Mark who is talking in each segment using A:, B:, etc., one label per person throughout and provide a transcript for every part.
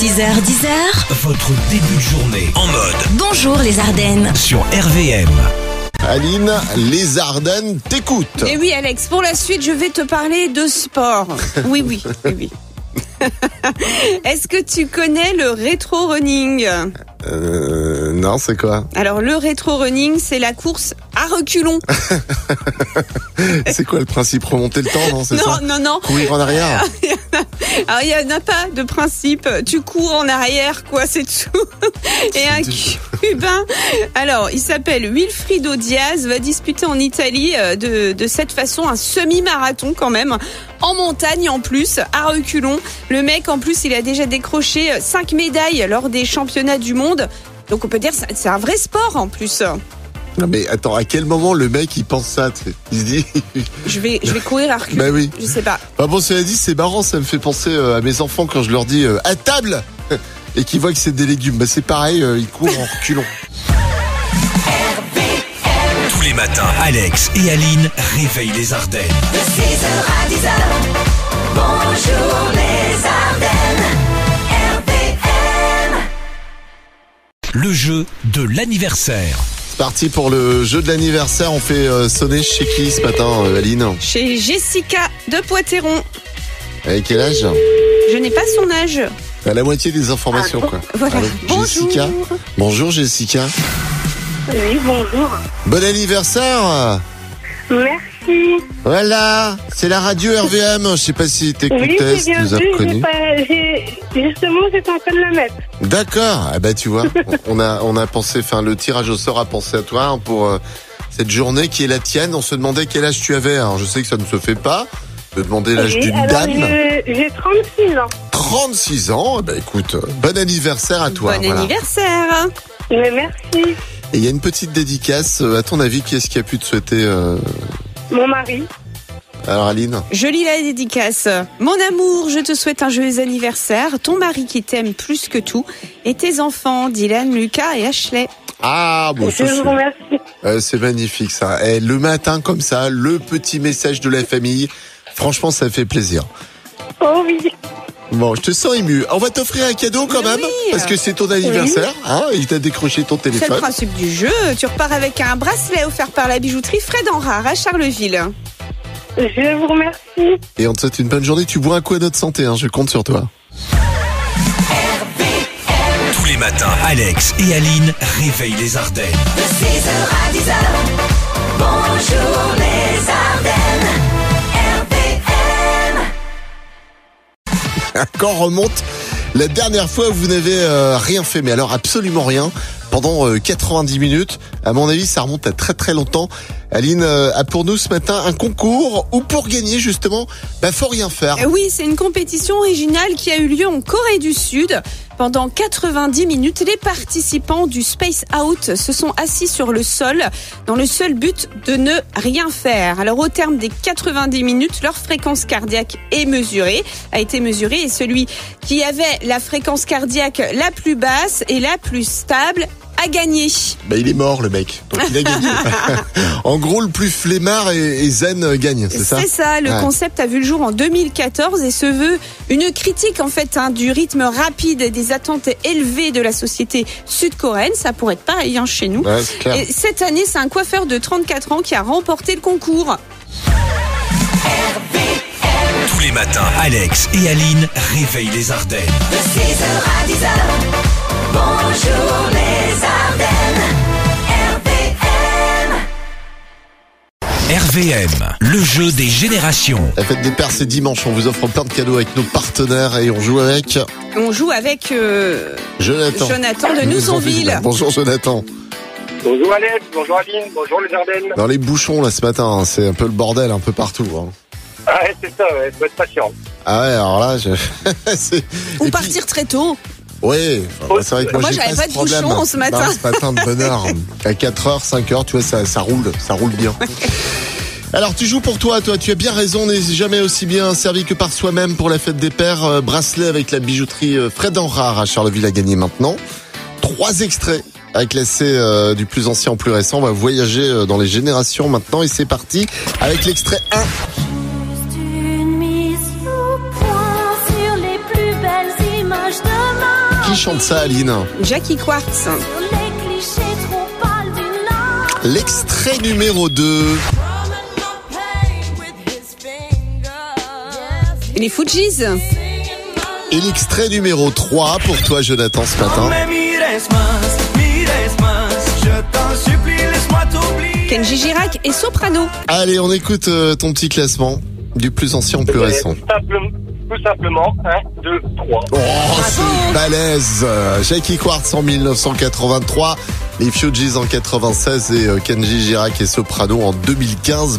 A: 6h10h,
B: Votre début de journée en mode
A: bonjour les Ardennes.
B: sur RVM.
C: Aline, les Ardennes t'écoutent.
D: Et Eh oui, Alex, pour la suite, je vais te parler de sport. Oui, oui, oui, oui. Est-ce que tu connais le rétro running
C: Euh, non, c'est quoi
D: Alors, le rétro running, c'est la course à reculons.
C: Ah, C'est quoi le principe Remonter le temps, non C'est
D: Non,
C: ça
D: non, non.
C: Courir en arrière
D: Alors, il n'y en a pas de principe. Tu cours en arrière, quoi, c'est tout. Et un Cubain, Eh ben, alors, il s'appelle Wilfrido Diaz, va disputer en Italie euh, de, de cette façon un semi-marathon quand même, en montagne en plus, à reculons. Le mec, en plus, il a déjà décroché 5 médailles lors des championnats du monde. Donc, on peut dire que c'est- c'est un vrai sport en plus.
C: Non, mais attends, à quel moment le mec il pense ça tu sais Il se dit,
D: Je vais, je vais courir à reculons.
C: bah oui.
D: Je sais pas.
C: Bah bon, cela dit, c'est marrant, ça me fait penser euh, à mes enfants quand je leur dis euh, à table et qu'ils voient que c'est des légumes. Bah c'est pareil, euh, ils courent en reculant.
B: Tous les matins, Alex et Aline réveillent les Ardennes. Le jeu de l'anniversaire.
C: C'est parti pour le jeu de l'anniversaire. On fait euh, sonner chez qui ce matin, euh, Aline
D: Chez Jessica de Poitéron.
C: Avec quel âge
D: Je n'ai pas son âge.
C: À la moitié des informations, quoi.
D: Voilà.
C: Allô,
D: Ah, Bonjour.
C: Jessica Bonjour Jessica.
E: Oui, bonjour.
C: Bon anniversaire
E: Merci.
C: Voilà, c'est la radio RVM. Je sais pas si
E: Oui,
C: t'écoutais,
E: j'ai
C: si tu
E: bien
C: nous as
E: vu. j'ai
C: reconnus.
E: Pas, j'ai- justement, j'étais en train de la mettre.
C: D'accord. Ah bah tu vois, on a on a pensé, enfin le tirage au sort a pensé à toi hein, pour euh, cette journée qui est la tienne. On se demandait quel âge tu avais. Alors je sais que ça ne se fait pas de demander l'âge
E: Oui,
C: d'une
E: alors
C: dame.
E: je- J'ai 36 ans.
C: 36 ans. Bah écoute, euh, bon anniversaire à toi.
D: bon
C: voilà.
D: anniversaire.
E: Mais merci.
C: Et il y a une petite dédicace. Euh, À ton avis, qui est-ce qui a pu te souhaiter euh,
E: Mon mari.
C: Alors Aline.
D: Je lis la dédicace. Mon amour, je te souhaite un joyeux anniversaire. Ton mari qui t'aime plus que tout. Et tes enfants, Dylan, Lucas et Ashley.
C: Ah bon,
E: je
C: ça, c'est-
E: vous remercie.
C: Euh, c'est magnifique ça. Et le matin comme ça, le petit message de la famille. Franchement, ça fait plaisir.
E: Oh oui.
C: Bon, je te sens ému. On va t'offrir un cadeau quand
D: Mais
C: même,
D: oui.
C: parce que c'est ton anniversaire. Hein, il t'a décroché ton
D: C'est le
C: téléphone.
D: principe du jeu. Tu repars avec un bracelet offert par la bijouterie Fred Enrard à Charleville.
E: Je vous remercie.
C: Et on te souhaite une bonne journée. Tu bois un coup à notre santé. Hein, je compte sur toi.
B: Tous les matins, Alex et Aline réveillent les Ardennes.
C: Quand remonte la dernière fois où vous n'avez euh, rien fait, mais alors absolument rien, pendant euh, 90 minutes. À mon avis, ça remonte à très très longtemps. Aline euh, a pour nous ce matin un concours où pour gagner justement, bah faut rien faire.
D: Euh, Oui, c'est une compétition originale qui a eu lieu en Corée du Sud. Pendant 90 minutes, les participants du Space Out se sont assis sur le sol dans le seul but de ne rien faire. Alors au terme des 90 minutes, leur fréquence cardiaque est mesurée, a été mesurée et celui qui avait la fréquence cardiaque la plus basse et la plus stable a gagné.
C: Bah, il est mort le mec, donc il a gagné. en gros, le plus flemmard et, et zen euh, gagne, c'est ça
D: C'est ça, le
C: Ouais.
D: concept a vu le jour en 2014 et se veut une critique en fait hein, du rythme rapide et des attentes élevées de la société sud-coréenne. Ça pourrait être pareil hein, chez nous.
C: Ouais, c'est clair.
D: Et cette année, c'est un coiffeur de 34 ans qui a remporté le concours.
B: Tous les matins, Alex et Aline réveillent les Ardennes. RVM, le jeu des générations.
C: La fête des Pères, c'est dimanche. On vous offre plein de cadeaux avec nos partenaires et on joue avec
D: On joue avec euh,
C: Jonathan.
D: Jonathan de
C: Nousonville.
D: Nousonville.
C: Bonjour Jonathan.
F: Bonjour Alex, bonjour Aline, bonjour les Ardennes.
C: Dans les bouchons là ce matin, hein, c'est un peu le bordel un peu partout. hein.
F: Ah ouais, c'est ça, ouais, faut être patient.
C: Ah ouais, alors là, je... c'est- Et
D: Ou
C: puis-
D: partir très tôt.
C: Ouais, enfin, bah, c'est vrai que moi,
D: Moi,
C: j'ai
D: j'avais
C: pas,
D: pas
C: ce
D: de
C: problème. Bah,
D: bouchons ce matin.
C: Non, ce matin de bonne heure. À 4h, 5h, tu vois, ça, ça roule, ça roule bien. Alors tu joues pour toi, toi tu as bien raison, on n'est jamais aussi bien servi que par soi-même pour la fête des pères. Euh, bracelet avec la bijouterie euh, Fred Enrard à Charleville à gagner maintenant. Trois extraits à classer euh, du plus ancien au plus récent. On va voyager euh, dans les générations maintenant et c'est parti avec l'extrait 1.
G: Une mise au point sur les plus belles images de ma
C: chante ça, Aline
D: Jackie Quartz.
A: Sur les clichés trop pâles du lard.
C: L'extrait numéro 2.
A: Drumming my pain with his fingers.
D: Les Fujis.
C: Et l'extrait numéro 3 pour toi, Jonathan, ce matin.
G: Me mires más, mires más. Je t'en supplie, laisse-moi t'oublier.
D: Kenji Girac et Soprano.
C: Allez, on écoute euh, ton petit classement. Du plus ancien au plus récent.
F: Tout simplement, tout simplement, 1, 2, 3.
C: Oh, c'est balèze Euh, Jackie Quartz en 1983, les Fugees en 96 et euh, Kenji Girac et Soprano en 2015.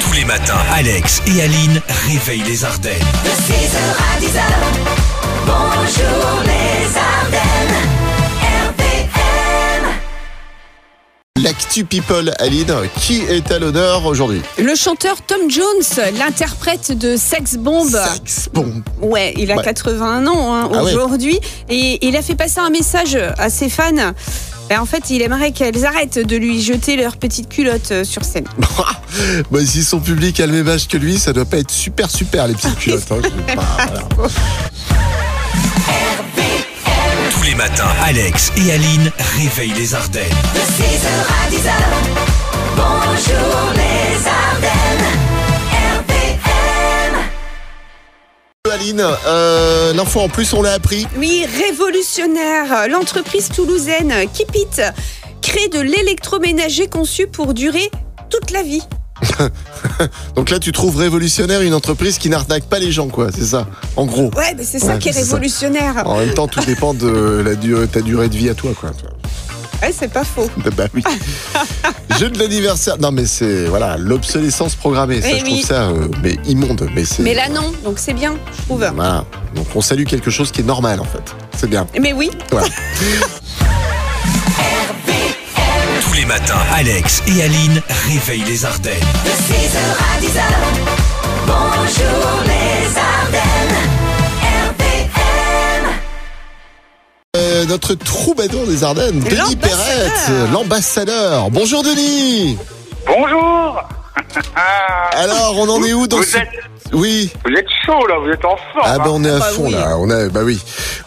B: Tous les matins, Alex et Aline réveillent les Ardennes.
C: L'actu people, Aline, qui est à l'honneur aujourd'hui
D: Le chanteur Tom Jones, l'interprète de Sex Bomb.
C: Sex bomb.
D: Ouais, il a
C: Ouais.
D: 81 ans hein,
C: Ah ouais.
D: aujourd'hui. Et il a fait passer un message à ses fans. Ben, en fait, il aimerait qu'elles arrêtent de lui jeter leurs petites culottes euh, sur scène.
C: bah, si son public a le même âge que lui, ça doit pas être super super les petites culottes. hein. Je sais pas, voilà.
B: Tous les matins, Alex et Aline réveillent les Ardennes.
C: Aline, euh, l'info en plus, on l'a appris.
D: Oui, révolutionnaire. L'entreprise toulousaine Kipit crée de l'électroménager conçu pour durer toute la vie.
C: Donc là, tu trouves révolutionnaire une entreprise qui n'arnaque pas les gens, quoi. C'est ça, en gros.
D: Ouais, mais c'est ça
C: Ouais,
D: qui est
C: c'est ça. Oh.
D: révolutionnaire.
C: En même temps, tout dépend de la du- ta durée de vie à toi, quoi.
D: Ouais, c'est pas faux.
C: Bah oui. Jeu de l'anniversaire. Non, mais c'est voilà l'obsolescence programmée. Ça,
D: Eh
C: je
D: oui.
C: trouve ça euh, mais immonde. Mais c'est.
D: Mais là, non, donc c'est bien, je trouve.
C: Voilà. Donc on salue quelque chose qui est normal en fait. C'est bien.
D: Mais oui,
C: Voilà.
B: Tous les matins, Alex et Aline réveillent les Ardennes.
C: Euh, notre troubadour des Ardennes, Denis
D: L'ambassadeur.
C: Perrette, euh, l'ambassadeur. Bonjour Denis.
F: Bonjour Ah,
C: Alors on en est où dans
F: Vous
C: ce-
F: êtes-
C: Oui.
F: Vous êtes chaud là, vous êtes en forme.
C: Ah ben
F: hein.
C: on est à
D: bah
C: fond
D: oui.
C: là. On est bah oui.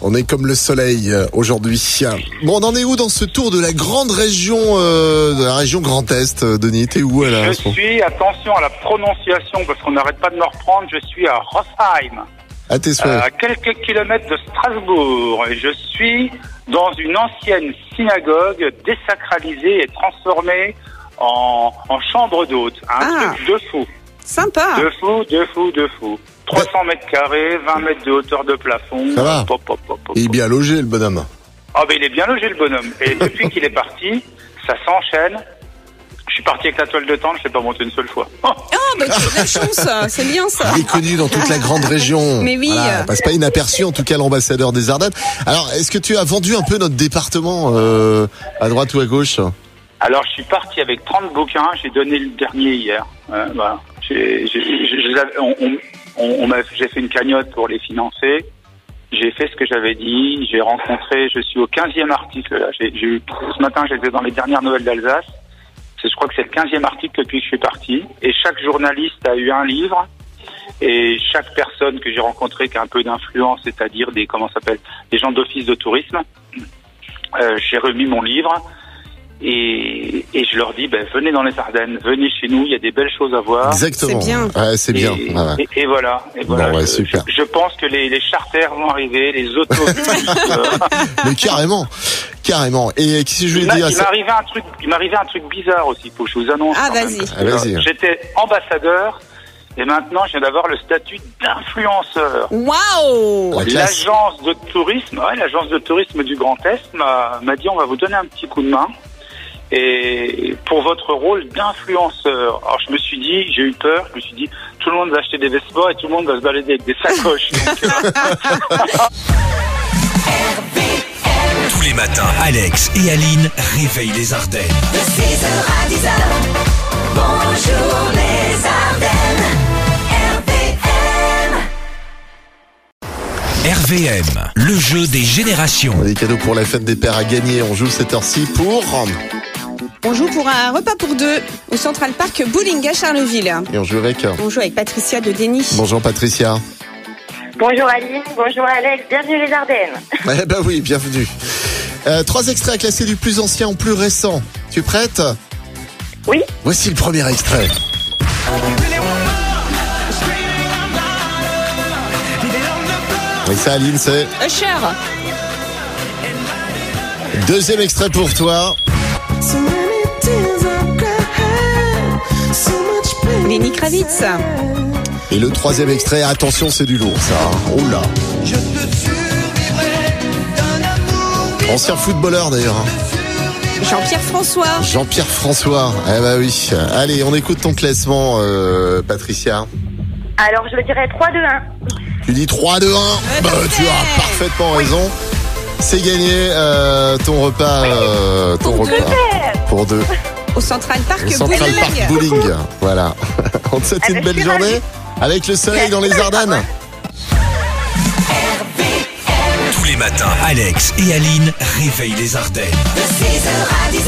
C: On est comme le soleil euh, aujourd'hui. Bon on en est où dans ce tour de la grande région euh, de la région Grand Est, euh, Denis T'es où là en ce
F: Je
C: moment
F: suis, attention à la prononciation parce qu'on n'arrête pas de me reprendre, je suis à Rossheim,
C: À Ah, tes souhaits.
F: à quelques kilomètres de Strasbourg. Et Je suis dans une ancienne synagogue désacralisée et transformée en, en chambre d'hôte. Un
D: Ah.
F: truc de fou.
D: sympa.
F: De fou, de fou, de fou. 300 mètres carrés, 20 mètres de hauteur de plafond.
C: Ça va.
F: Pop, pop, pop, pop,
C: Il est
F: pop.
C: Eh bien logé le bonhomme.
F: Ah ben il est bien logé le bonhomme. Et depuis qu'il est parti, ça s'enchaîne. Je suis parti avec la toile de tente, je l'ai pas monté une seule fois.
D: Ah, bah, tu as de la chance, c'est bien ça.
C: Il est connu dans toute la grande région.
D: Mais oui.
C: Voilà, passe pas inaperçu en tout cas l'ambassadeur des Ardennes. Alors, est-ce que tu as vendu un peu notre département euh, à droite ou à gauche
F: Alors je suis parti avec 30 bouquins, j'ai donné le dernier hier. Ouais, voilà. J'ai- j'ai- j'ai- je les avais- on- on- on- on m'a- J'ai fait une cagnotte pour les financer. J'ai fait ce que j'avais dit, j'ai rencontré, je suis au 15e article là. J'ai j'ai eu, ce matin j'étais dans les dernières nouvelles d'Alsace. C'est- Je crois que c'est le 15e article depuis que je suis parti. Et chaque journaliste a eu un livre. Et chaque personne que j'ai rencontrée qui a un peu d'influence, c'est-à-dire des comment ça s'appelle des gens d'office de tourisme, euh, j'ai remis mon livre et, et je leur dis ben, venez dans les Ardennes, venez chez nous, il y a des belles choses à voir.
C: Exactement.
D: c'est bien.
C: Ouais, c'est bien.
F: Et,
C: Ouais, ouais.
F: et- et voilà. Et
C: Bon,
F: voilà
C: ouais,
F: je,
C: super.
F: je- je pense que les, les charters vont arriver, les euh, autos.
C: Mais carrément, carrément. Et qu'est-ce que je
F: il
C: voulais dire
F: m'a-
C: à
F: il m'est
C: ça
F: arrivé un truc, il m'est arrivé un truc bizarre aussi. Faut que je vous annonce.
D: Ah,
F: quand même.
D: vas-y.
C: Ah, vas-y.
F: J'étais ambassadeur et maintenant je viens d'avoir le statut d'influenceur.
D: Waouh
C: La classe.
F: L'agence de tourisme, ouais, l'agence de tourisme du Grand Est m'a m'a dit on va vous donner un petit coup de main et pour votre rôle d'influenceur. Alors je me suis dit, j'ai eu peur, je me suis dit tout le monde va acheter des Vespa et tout le monde va se balader avec des sacoches. Donc, euh,
B: Tous les matins, Alex et Aline réveillent les Ardennes. RVM, le jeu des générations.
C: Des cadeaux pour la fête des pères à gagner. On joue cette heure-ci pour
D: On joue pour un repas pour deux au Central Park Bowling à Charleville.
C: et on joue avec. euh,
D: On joue avec Patricia de Denis.
C: Bonjour Patricia.
E: Bonjour Aline, bonjour Alex, bienvenue les Ardennes.
C: Eh ben oui, bienvenue. Euh, trois extraits à classer du plus ancien au plus récent. Tu es prête
E: Oui.
C: Voici le premier extrait. Et ça, Aline, c'est
D: Usher.
C: deuxième extrait pour toi.
D: Lenny Kravitz.
C: Et le troisième extrait, attention, c'est du lourd, ça. hein. Oh là. Ancien footballeur, d'ailleurs. hein.
D: Jean-Pierre François.
C: Jean-Pierre François. Eh ben oui. Allez, on écoute ton classement, euh, Patricia.
E: Alors je dirais 3, 2, 1.
C: Tu dis 3, 2, 1.
D: Ouais,
C: Bah,
D: parfait.
C: tu as parfaitement raison. C'est gagné euh, ton repas. euh, ton
D: Pour deux.
C: repas. Pour deux.
D: Au Central Park
C: Au Central Park
D: Boulogne.
C: Bowling. Voilà. On te souhaite
E: Ah,
C: une
E: bah,
C: belle
E: je suis
C: journée
E: ravie.
C: avec le soleil dans les Ardennes.
B: Tous les matins, Alex et Aline réveillent les Ardennes.
A: de 6h à 10h.